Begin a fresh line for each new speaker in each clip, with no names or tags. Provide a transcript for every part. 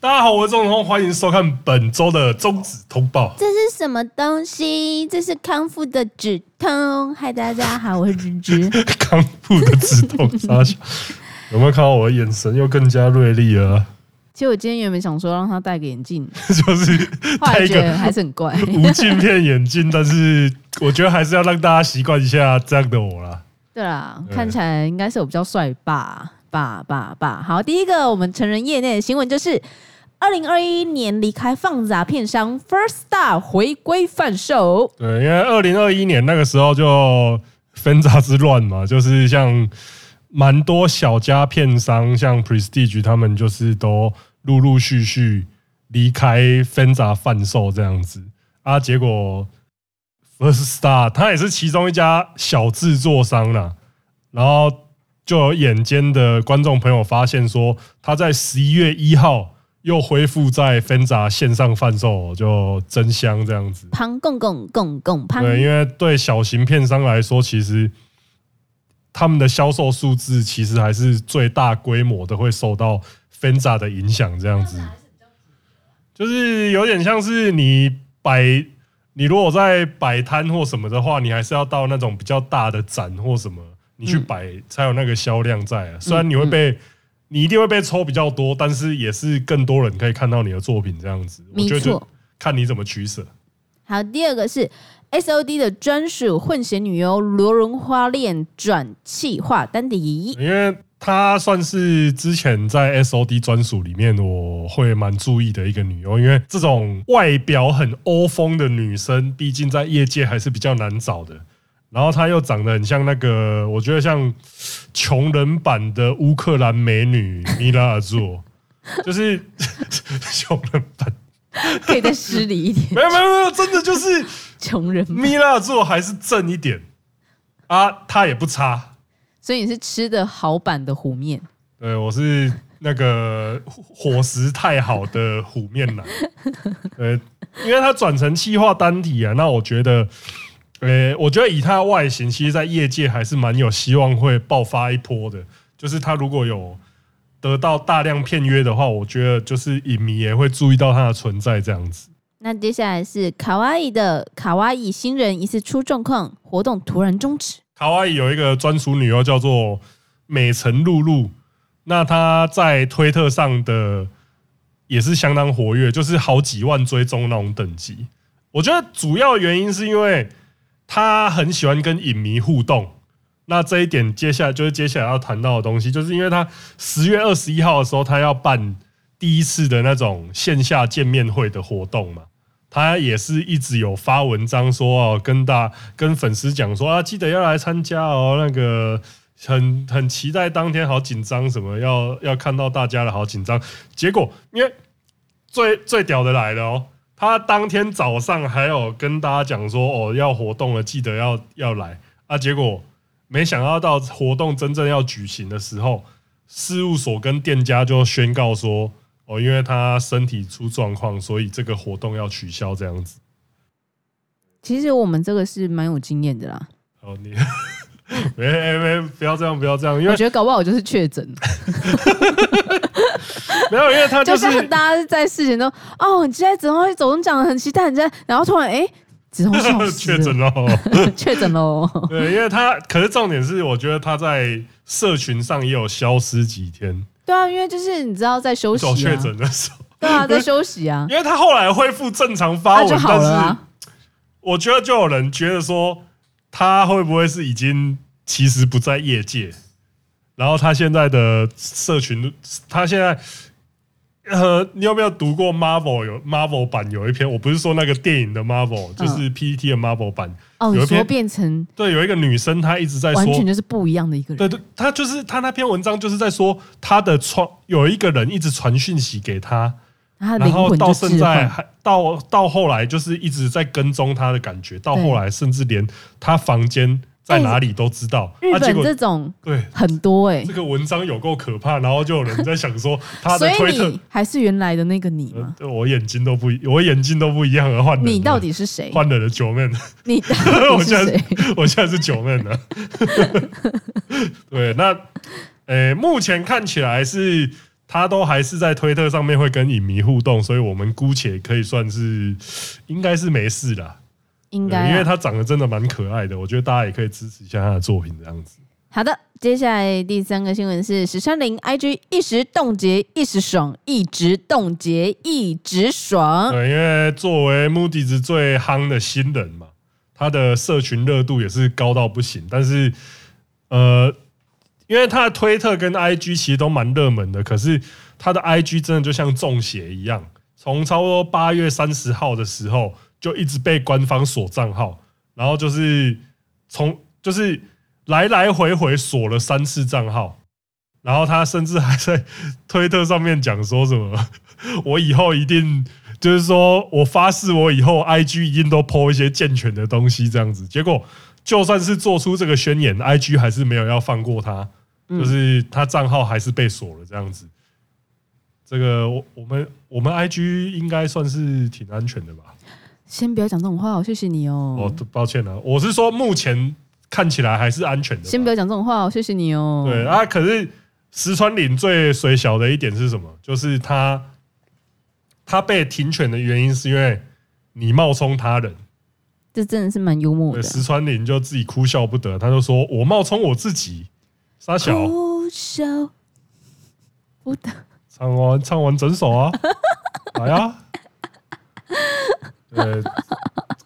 大家好，我是钟通，欢迎收看本周的中指通报。
这是什么东西？这是康复的止痛。嗨，大家好，我是芝 芝。
康复的止痛沙小，有没有看到我的眼神又更加锐利了 啊？
其实我今天原本想说让他戴个 眼镜，
就是
后
戴
来
一
觉得
个
还是很怪。
无镜片眼镜，但是我觉得还是要让大家习惯一下这样的我啦。
对啦，
对
看起来应该是我比较帅吧，吧吧吧。好，第一个我们成人业内的新闻就是。二零二一年离开放杂片商 First Star 回归贩售，
对，因为二零二一年那个时候就分杂之乱嘛，就是像蛮多小家片商，像 Prestige 他们就是都陆陆续续离开分杂贩售这样子啊，结果 First Star 它也是其中一家小制作商啦，然后就有眼尖的观众朋友发现说，他在十一月一号又恢复在分杂线上贩售，就真香这样子。
胖共共共共胖，
对，因为对小型片商来说，其实他们的销售数字其实还是最大规模的会受到 Fenza 的影响，这样子，就是有点像是你摆。你如果在摆摊或什么的话，你还是要到那种比较大的展或什么，你去摆才有那个销量在、啊。
嗯
虽然你会被，你一定会被抽比较多，但是也是更多人可以看到你的作品这样子。我
没
觉得就
错
看你怎么取舍。
好，第二个是 S O D 的专属混血女优罗伦花恋转气化丹迪，
因为她算是之前在 SOD 专属里面我会蛮注意的一个女优，因为这种外表很欧风的女生，毕竟在业界还是比较难找的。然后她又长得很像那个，我觉得像穷人版的乌克兰美女米拉尔佐，就是 穷人版，
可以再失礼一点，
没有没有没有，真的就是
穷人。
米拉尔佐还是正一点啊，她也不差，
所以你是吃的好版的湖面，
对，我是那个伙食太好的虎面男。呃，因为他转成气化单体啊，那我觉得，呃，我觉得以他的外形，其实在业界还是蛮有希望会爆发一波的。就是他如果有得到大量片约的话，我觉得就是影迷也会注意到他的存在这样子。
那接下来是
卡哇伊的卡哇伊新人疑似出状况，活动突然终止。
卡哇伊有一个专属女优叫做美城露露，那她在推特上的也是相当活跃，就是好几万追踪那种等级。我觉得主要原因是因为她很喜欢跟影迷互动。那这一点，接下来就是接下来要谈到的东西，就是因为她十月二十一号的时候，她要办第一次的那种线下见面会的活动嘛。他也是一直有发文章说哦，跟大跟粉丝讲说啊，记得要来参加哦，那个很很期待当天，好紧张，什么要要看到大家了，好紧张。结果因为最最屌的来了哦，他当天早上还有跟大家讲说哦，要活动了，记得要要来啊。结果没想到到活动真正要举行的时候，事务所跟店家就宣告说，哦，因为他身体出状况，所以这个活动要取消这样子。
其实我们这个是蛮有经验的啦，
哦，你 没哎没没，不要这样，不要这样，因
我
为
觉得搞不好我就是确诊，
没有，因为他
就
就是
像大家在事前都哦，你期待子龙会走，你讲的很期待，很期待，然后突然哎，子龙消失
确
了
诊，了。哦
确诊哦喽。
对，因为他，可是重点是，我觉得他在社群上也有消失几天，
对啊，因为就是你知道在休息
走哦确
啊，
诊的时候，
对啊，在休息 啊，
因为他后来恢复正常发
那
文，
就好
但
了
是
啊。
我觉得就有人觉得说，他会不会是已经其实不在业界，然后他现在的社群，他现在。呃，你有没有读过 Marvel 有 Marvel 版有一篇？我不是说那个电影的 Marvel，就是 PPT 的 Marvel 版。
嗯哦，
有
你
一
说
篇
变成
对，有一个女生她一直在说
完，全就是不一样的一个人，
对对，她就是她那篇文章就是在说她的传有一个人一直传讯息给她，
他的
然
灵
后
魂
到
就
现
置
在
换，
还到到后来就是一直在跟踪他的感觉，到
对
后来甚至连他房间在哪里都知道。
日
啊，结
本
果
这种
对
很多哎
这，个文章有够可怕，然后就有人在想说他
所
的推
以
特
你，还是原来的那个你吗？
呃我眼睛都不一，我眼睛都不一样了，换人了
你到底是谁？
嗯换人了九妹，
你到 底
我现
是
在
谁？
我现在是九妹 了。对，那呃，目前看起来是他都还是在推特上面会跟影迷互动，所以我们姑且可以算是应该是没事啦。
应
对
该啊、
因为他长得真的蛮可爱的，我觉得大家也可以支持一下他的作品这样子。
好的，接下来第三个新闻是史山林 IG 一时冻结一时爽，一直冻结一直爽。
对，因为作为 Moody's 最夯的新人嘛，他的社群热度也是高到不行。但是，呃，因为他的推特跟 IG 其实都蛮热门的，可是他的 IG 真的就像中邪一样，从差不多八月三十号的时候就一直被官方锁账号，然后就是从就是来来回回锁了三次账号。然后他甚至还在推特上面讲说什么，我以后一定就是说我发誓，我以后 IG 一定都 po 一些健全的东西这样子。结果就算是做出这个宣言，IG 还是没有要放过他，就是他账号还是被锁了这样子。这个我我们我们 IG 应该算是挺安全的吧？
先不要讲这种话哦，谢谢你哦。
哦，抱歉了、我是说目前看起来还是安全的吧。
先不要讲这种话哦，谢谢你哦。
对啊，可是石川凛最水小的一点是什么？就是他他被停权的原因是因为你冒充他人。
这真的是蛮幽默
对，
的。
石川凛就自己哭笑不得，他就说：“我冒充我自己。”沙小
哭笑
不得，
唱完唱完整首啊，来啊，呃，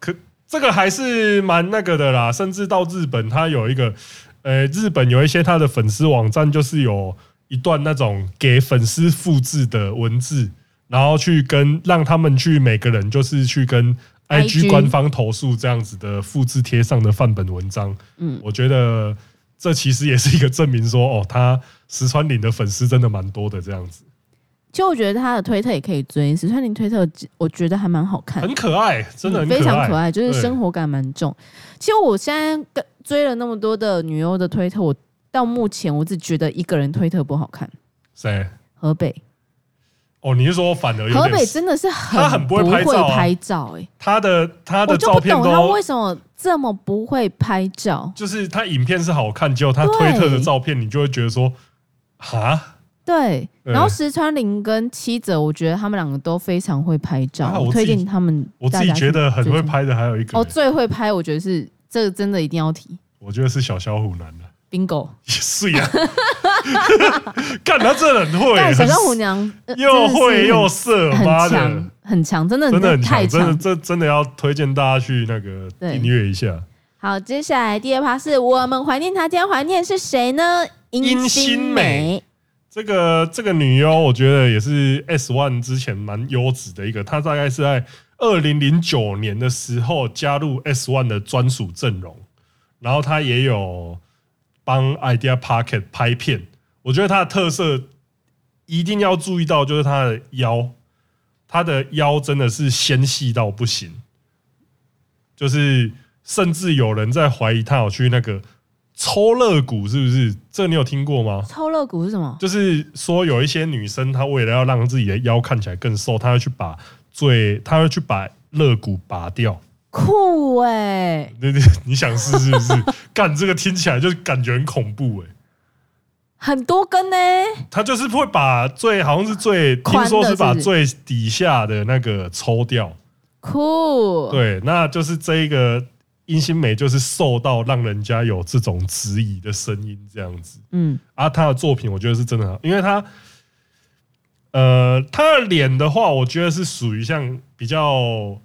可这个还是蛮那个的啦，甚至到日本，它有一个，呃，日本有一些它的粉丝网站就是有一段那种给粉丝复制的文字，然后去跟让他们去每个人就是去跟
IG
IG 官方投诉这样子的复制贴上的范本文章，
嗯，
我觉得这其实也是一个证明说，哦，他石川凛的粉丝真的蛮多的这样子。
其实我觉得他的推特也可以追，石川林推特我觉得还蛮好看的，
很可爱，真的
哎嗯
很
非常可爱，就是
对
生活感蛮重。其实我现在跟追了那么多的女优的推特，我到目前我只觉得一个人推特不好看。
谁？
河北，
哦，你是说反而有
河
点
北真的是
他
很
很不
不
会
会
拍照啊
拍照哎、
他的他
我
的
就
照
不
片
懂他
都
为什么这么不会拍照。
就是他影片是好看，结果他
对
推特的照片，你就会觉得说，哈，
对，
对
然后石川绫跟七泽，我觉得他们两个都非常会拍照，
啊我
我
自己
推荐他们。
我自己觉得很会。拍的还有一个
哦，，最会拍，我觉得是这个真的一定要提
我觉得是小小虎男的，啊
bingo。
是呀， 干他这人会，
但小
很
小虎娘呃
又
真的
会
是
又 色，
很
妈的
强，，很强，真的
真的很
太
强，真的
强。
这真的要推荐大家去那个
对
订阅一下。
好，接下来第二趴是我们怀念他，今天怀念是谁呢？
殷
心
心美，这个这个女优，我觉得也是 S One 之前蛮优质的一个，她大概是在二零零九年的时候加入 S One 的专属阵容，然后她也有帮 Idea Pocket 拍片。我觉得她的特色一定要注意到，就是她的腰，她的腰真的是纤细到不行，就是甚至有人在怀疑她有去那个抽肋骨，是不是？这你有听过吗？
抽肋骨是什么？
就是说有一些女生，她为了要让自己的腰看起来更瘦，她会去把最，她会去把肋骨拔掉。
酷哎、
那那你想试 是不是？干这个听起来就感觉很恐怖哎、
很多根呢、
她就是会把最好像是最
宽
听
的
说是把
是不是
最底下的那个抽掉。
酷。
对，那就是这一个殷心梅就是瘦到让人家有这种质疑的声音这样子。
嗯，
啊，他的作品我觉得是真的好，因为他，呃，他的脸的话，我觉得是属于像比较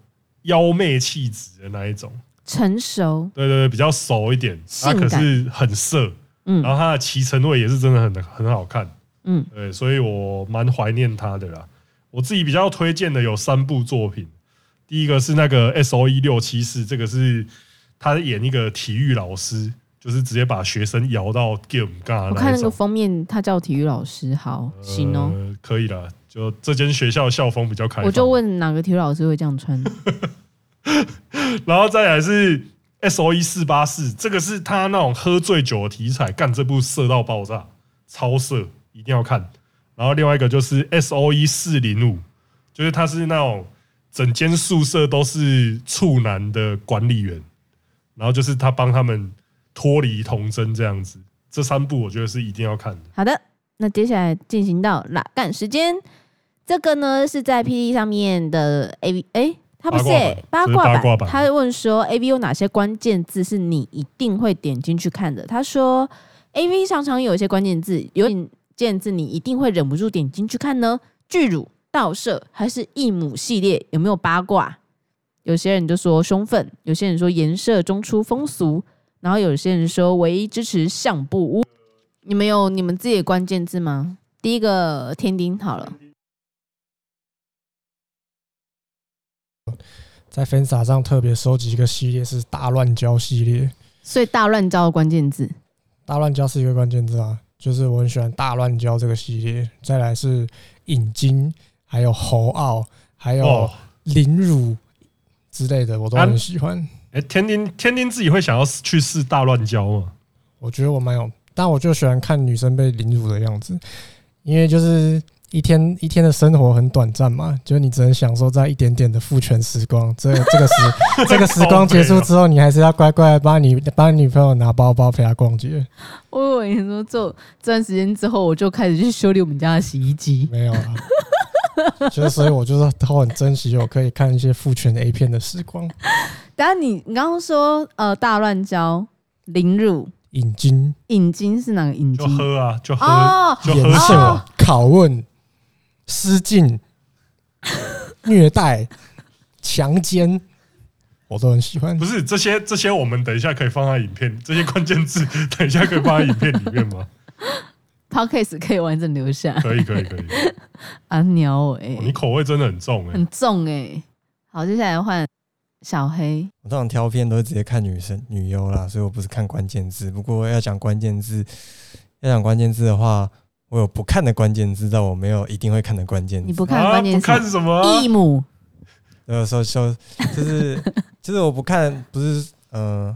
妖媚气质的那一种，
成熟，
对对对，比较熟一点，他、
性
可
感
是很色，
嗯
然后他的骑乘位也是真的很很好看，
嗯，
对，所以我蛮怀念他的啦。我自己比较推荐的有三部作品，第一个是那个 S O E 六七四，这个是他演一个体育老师，就是直接把学生摇到 game 尬
我看
那一
那个
种。
封面，他叫体育老师，好，行哦。
呃，可以啦，就这间学校校风比较开放。
我就，问哪个体育老师会这样穿？
然后再来是 S O E 四八四，这个是他那种喝醉酒的题材，干这部色到爆炸，超色，一定要看。然后另外一个就是 S O E 四零五，就是他是那种整间宿舍都是处男的管理员，然后就是他帮他们脱离童真这样子。这三部我觉得是一定要看的。
好的，
那接下来进行到拉干时间，这个呢是在 P D 上面的 A V，哎、他不是、欸、
八
八
卦
卦
版这是八卦版
他问说 A V 有哪些关键字是你一定会点进去看的？他说 A V 常常有一些关键字，有几件字你一定会忍不住点进去看呢，巨乳、盗摄还是一母系列，有没有八卦？有些人就说凶愤，有些人说颜色中出风俗，然后有些人说唯一支持相不污。你们有你们自己的关键字吗？第一个天丁好了，
在 Fensa 上特别收集一个系列是大乱交系列，
所以大乱交的关键字，
大乱交是一个关键字啊，就是我很喜欢大乱交这个系列。再来是引经，还有猴傲，还有
哦，
凌辱之类的，我都很喜欢。
哎，天丁天丁自己会想要去试大乱交吗？
我觉得我蛮有，但我就喜欢看女生被凌辱的样子，因为就是一天一天的生活很短暂嘛，就是你只能享受在一点点的父权时光。这这个时 这个时光结
哦
束之后，你还是要乖乖地帮你帮你女朋友拿包包陪她逛街。
我以为你说这这段时间之后，我就开始去修理我们家的洗衣机。
没有啊，就是所以我就是都很珍惜我可以看一些父权 A 片的时光。
等下你你刚刚说呃大乱交、凌辱、
引经
引经是哪个引
就
经？
喝啊，就喝，
哦，
就
言
喝酒
射、
啊，
拷问、失禁、虐待、强奸，我都很喜欢
不。是这些这些，我们等一下可以放在影片， 这些关键字等一下可以放在影片里面吗？
podcast 可以完整留 下。
可以，可以，可以。
啊鸟哎、
哦你口味真的很重哎、
很重哎、好，接下来换小黑，
我通常挑片都是直接看女生女优啦，所以我不是看关键字。不过要讲关键字，要讲关键字的话，我有不看的关键字，但我没有一定会看的关键
你
字。
不看
啊，
关
不
键词，
看什么啊、
义母
呃，说说就是 就是我不看，不是呃，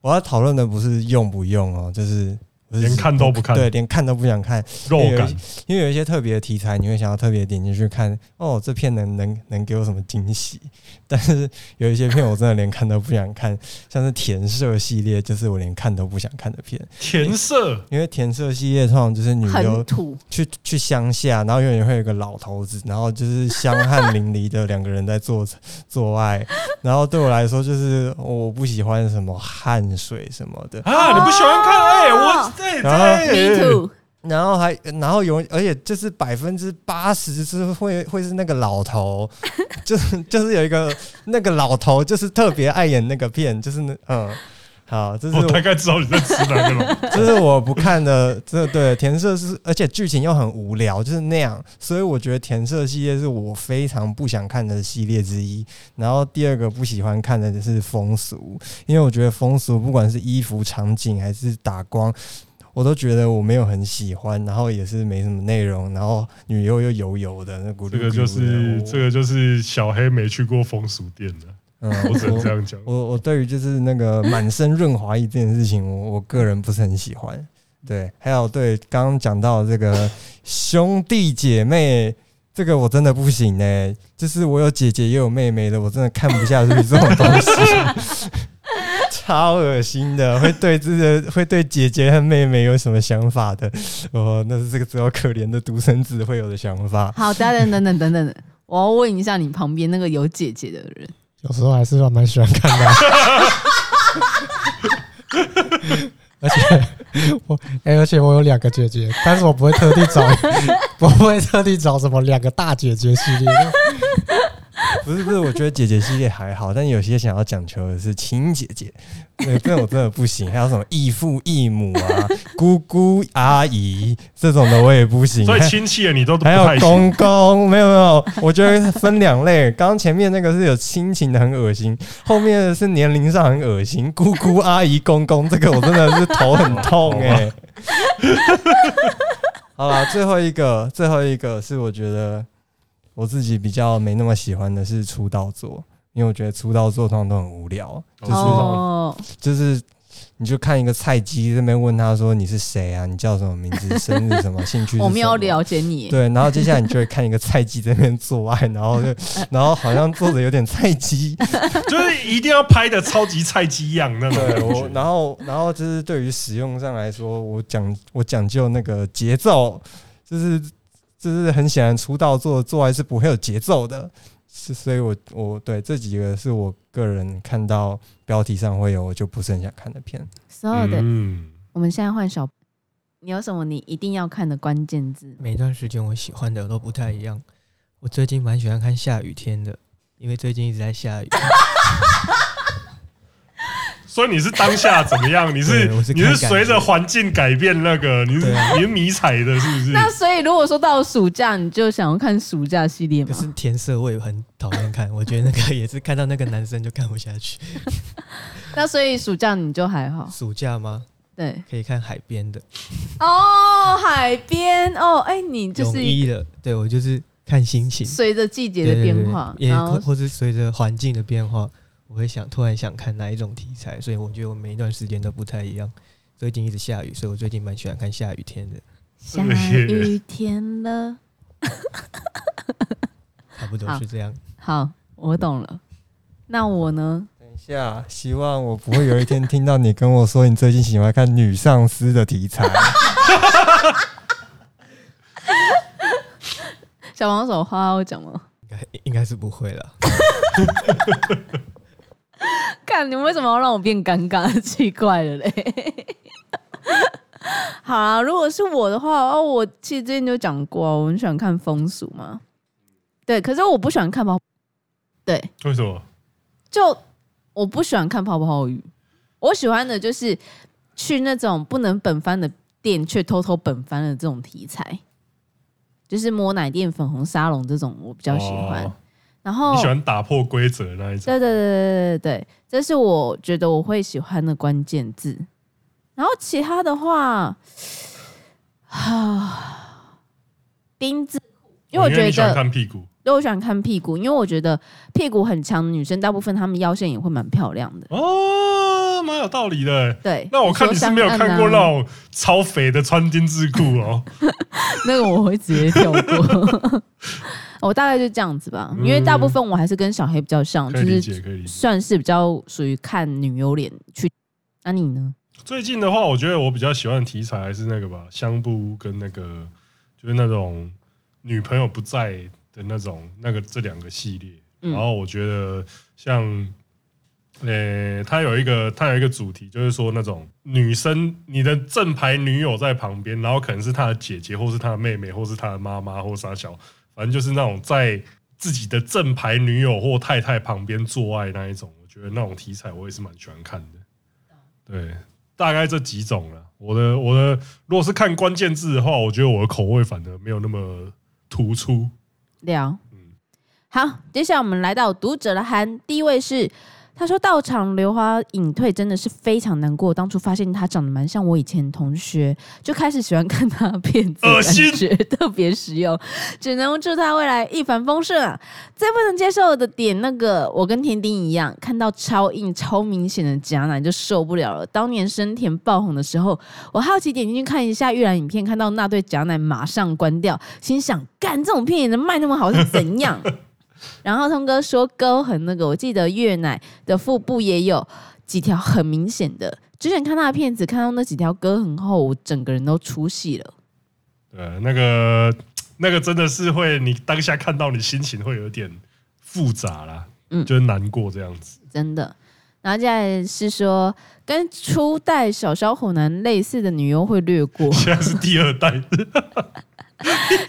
我要讨论的不是用不用哦，就是我是
连看都不看
对，连看都不想看。
肉
因为有
感
一，因为有一些特别的题材，你会想要特别点进去看，哦，这片能能能给我什么惊喜？ 但是有一些片我真的连看都不想看，像是田社系列，就是我连看都不想看的片，
甜色，
因为田社系列通常就是女
很
优
土，
去去乡下，然后永远会有一个老头子，然后就是香汗淋漓的两个人在做做爱，然后对我来说就是我不喜欢什么汗水什么的，
啊，你不喜欢看？哎、我对
然后
对
哦 me too，
然后还然后有，而且就是百分之八十是会会是那个老头， 就是就是有一个那个老头，就是特别爱演那个片，就是那嗯，好，这是
我大概知道你在吃哪个 了。
这是我不看的，这对田舍是，而且剧情又很无聊，就是那样，所以我觉得田舍系列是我非常不想看的系列之一。然后第二个不喜欢看的就是风俗，因为我觉得风俗不管是衣服、场景还是打光。我都觉得我没有很喜欢，然后也是没什么内容，然后女优又油油的，那咕噜咕噜
这
的
个就是这，个就是小黑没去过风俗店的，
我嗯，
我只能
我
这样讲。
我我对于就是那个满身润滑液这件事情，我我个人不是很喜欢。对，还有对刚刚讲到这个兄弟姐妹，这个我真的不行呢、就是我有姐姐也有妹妹的，我真的看不下去这种东西， 超恶心的。会对这个会对姐姐和妹妹有什么想法的？哦，那是这个只有可怜的独生子会有的想法。
好，等等等等等等，我要问一下你旁边那个有姐姐的人，
有时候还是蛮喜欢看 的。而且我哎、而且我有两个姐姐，但是我不会特 地找，我不会特地找什么两个大姐姐系列的。
不是不是，我觉得姐姐系列还好，但有些想要讲求的是亲姐姐，对，这种真的不行。还有什么义父义母啊、姑姑阿姨这种的，我也不行。
所以亲戚的你都不
还
太
有
行。
公公，没有没有，我觉得分两类。刚刚前面那个是有亲情的，很恶心；后面的是年龄上很恶心。姑姑、阿姨、公公，这个我真的是头很痛
哦
哎、 好啦，最后一个，最后一个是我觉得我自己比较没那么喜欢的是出道作，因为我觉得出道作通常都很无聊，就是、
哦
哦，
就是你就看一个菜鸡这边问他说你是谁啊，你叫什么名字，生日什么，兴趣是什么
我们要了解你，
对，然后接下来你就会看一个菜鸡在那边做爱，然后就，然后好像做的有点菜鸡，
就是一定要拍的超级菜鸡样那种
对
感
我，
觉。
然后然后就是对于使用上来说，我讲我讲究那个节奏，就是就是很显然出道做做爱是不会有节奏的，是所以我我对这几个是我个人看到标题上会有我就不是很想看的片，
所有的。
嗯，
我们现在换小，你有什么你一定要看的关键字？
每段时间我喜欢的都不太一样。我最近蛮喜欢看下雨天的，因为最近一直在下雨。
所以你是当下怎么样？你是
对我是
你
看
是
感觉
随着环境改变那个，你是
对啊
你是迷彩的，是不是？
那所以如果说到暑假，你就想要看暑假系列
可
吗？
是填色我也很讨厌看，我觉得那个也是看到那个男生就看不下去。
那所以暑假你就还好，
暑假吗？
对
可以看海边的，
哦，海边哦，哎、你就
泳
是
衣的，对我就是看心情
随着季节的变化
对对，对也
然后
或或是随着环境的变化，我会想突然想看哪一种题材，所以我觉得我每一段时间都不太一样。最近一直下雨，所以我最近蛮喜欢看下雨天的，
下雨天了，
差不多
好
是这样。
好，我懂了。那我呢？
等一下，希望我不会有一天听到你跟我说你最近喜欢看女上司的题材，
小王手花我讲吗？
应该应该是不会了，
看你们为什么要让我变尴尬？ 奇怪了嘞。好啊，如果是我的话，哦，我其实之前就讲过啊，我很喜欢看风俗嘛。对，可是我不喜欢看泡，对，
为什么？
就我不喜欢看泡泡浴，我喜欢的就是去那种不能本番的店却偷偷本番的这种题材，就是摸奶店、粉红沙龙这种，我比较喜欢。
哦
然后
你喜欢打破规则的那一种？
对对对对对对，这是我觉得我会喜欢的关键字。然后其他的话，啊，丁字裤，因为
哦
我觉得
你喜欢看屁股
因为我喜欢看屁股，因为我觉得屁股很强的女生，大部分她们腰线也会蛮漂亮的。
哦，蛮有道理的。
对，
那我看你是没有看过那
那
种超肥的穿丁字裤哦，
那个我会直接跳过。 我大概就这样子吧，因为大部分我还是跟小黑比较像，
嗯可
就
以理
是
解，可以理解。
算是比较属于看女优脸去。那、你呢？
最近的话，我觉得我比较喜欢的题材还是那个吧，香布屋跟那个就是那种女朋友不在的那种那个这两个系列。
嗯
然后我觉得像，呃、它有一个它有一个主题，就是说那种女生你的正牌女友在旁边，然后可能是她的姐姐，或是她的妹妹，或是她的妈妈，或啥小，反正就是那种在自己的正牌女友或太太旁边做爱那一种。我觉得那种题材我也是蛮喜欢看的。对，大概这几种了。我的我的，如果是看关键字的话，我觉得我的口味反而没有那么突出。
聊。
嗯
好，接下来我们来到读者的函，第一位是他说到场刘花隐退真的是非常难过，当初发现他长得蛮像我以前同学，就开始喜欢看他的片子，
恶
感
心
觉特别实用，只能祝他未来一帆风顺啊！最不能接受的点，那个我跟田丁一样，看到超硬、超明显的假奶就受不了了。当年生田爆红的时候，我好奇点进去看一下预览影片，看到那对假奶马上关掉，心想：干这种片也能卖那么好是怎样？然后通哥说沟痕那个，我记得月奶的腹部也有几条很明显的。之前看他的片子，看到那几条割痕后，我整个人都出戏了。
对，那个那个真的是会，你当下看到你心情会有点复杂啦，
嗯
就是难过这样子。
真的。然后接下来是说，跟初代小烧火男类似的女优会略过。
现在是第二代，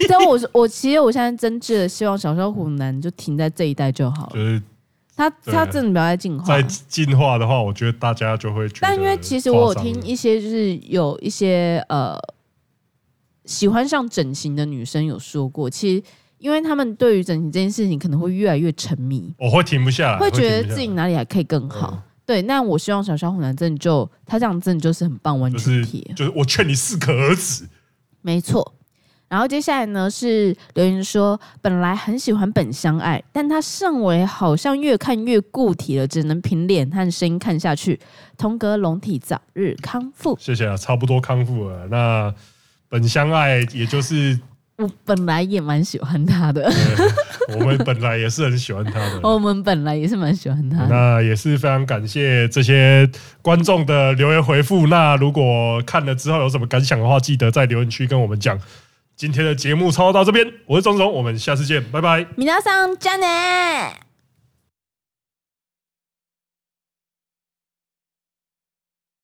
但我我其实我现在真挚的希望小烧火男就停在这一代就好
就
了。
是
他
对
他真的不要再进化
在。进化的话，我觉得大家就会觉得。
但因为其实我有听一，些就是有一些呃喜欢上整形的女生有说过，其实因为他们对于整形这件事情可能会越来越沉迷，
我啊会停不下来，
会觉
停不
得
下来嗯
自己哪里还可以更好。对，那我希望小小虎男真的就他这样真的就是很棒，完
就
全
是
体。
就是我劝你适可而止。
没错。然后接下来呢是留言说，本来很喜欢本相爱，但他上围好像越看越固体了，只能凭脸和声音看下去。童格龙体早日康复。
谢谢啊，差不多康复了。那本相爱，也就是、
我本来也蛮喜欢他的，
呃 我们本来也是很喜欢他的。
我们本来也是蛮喜欢他的。
那也是非常感谢这些观众的留言回复。那如果看了之后有什么感想的话，记得在留言区跟我们讲。今天的节目操到这边，我是钟总，我们下次见，拜拜。
米娜桑加奈。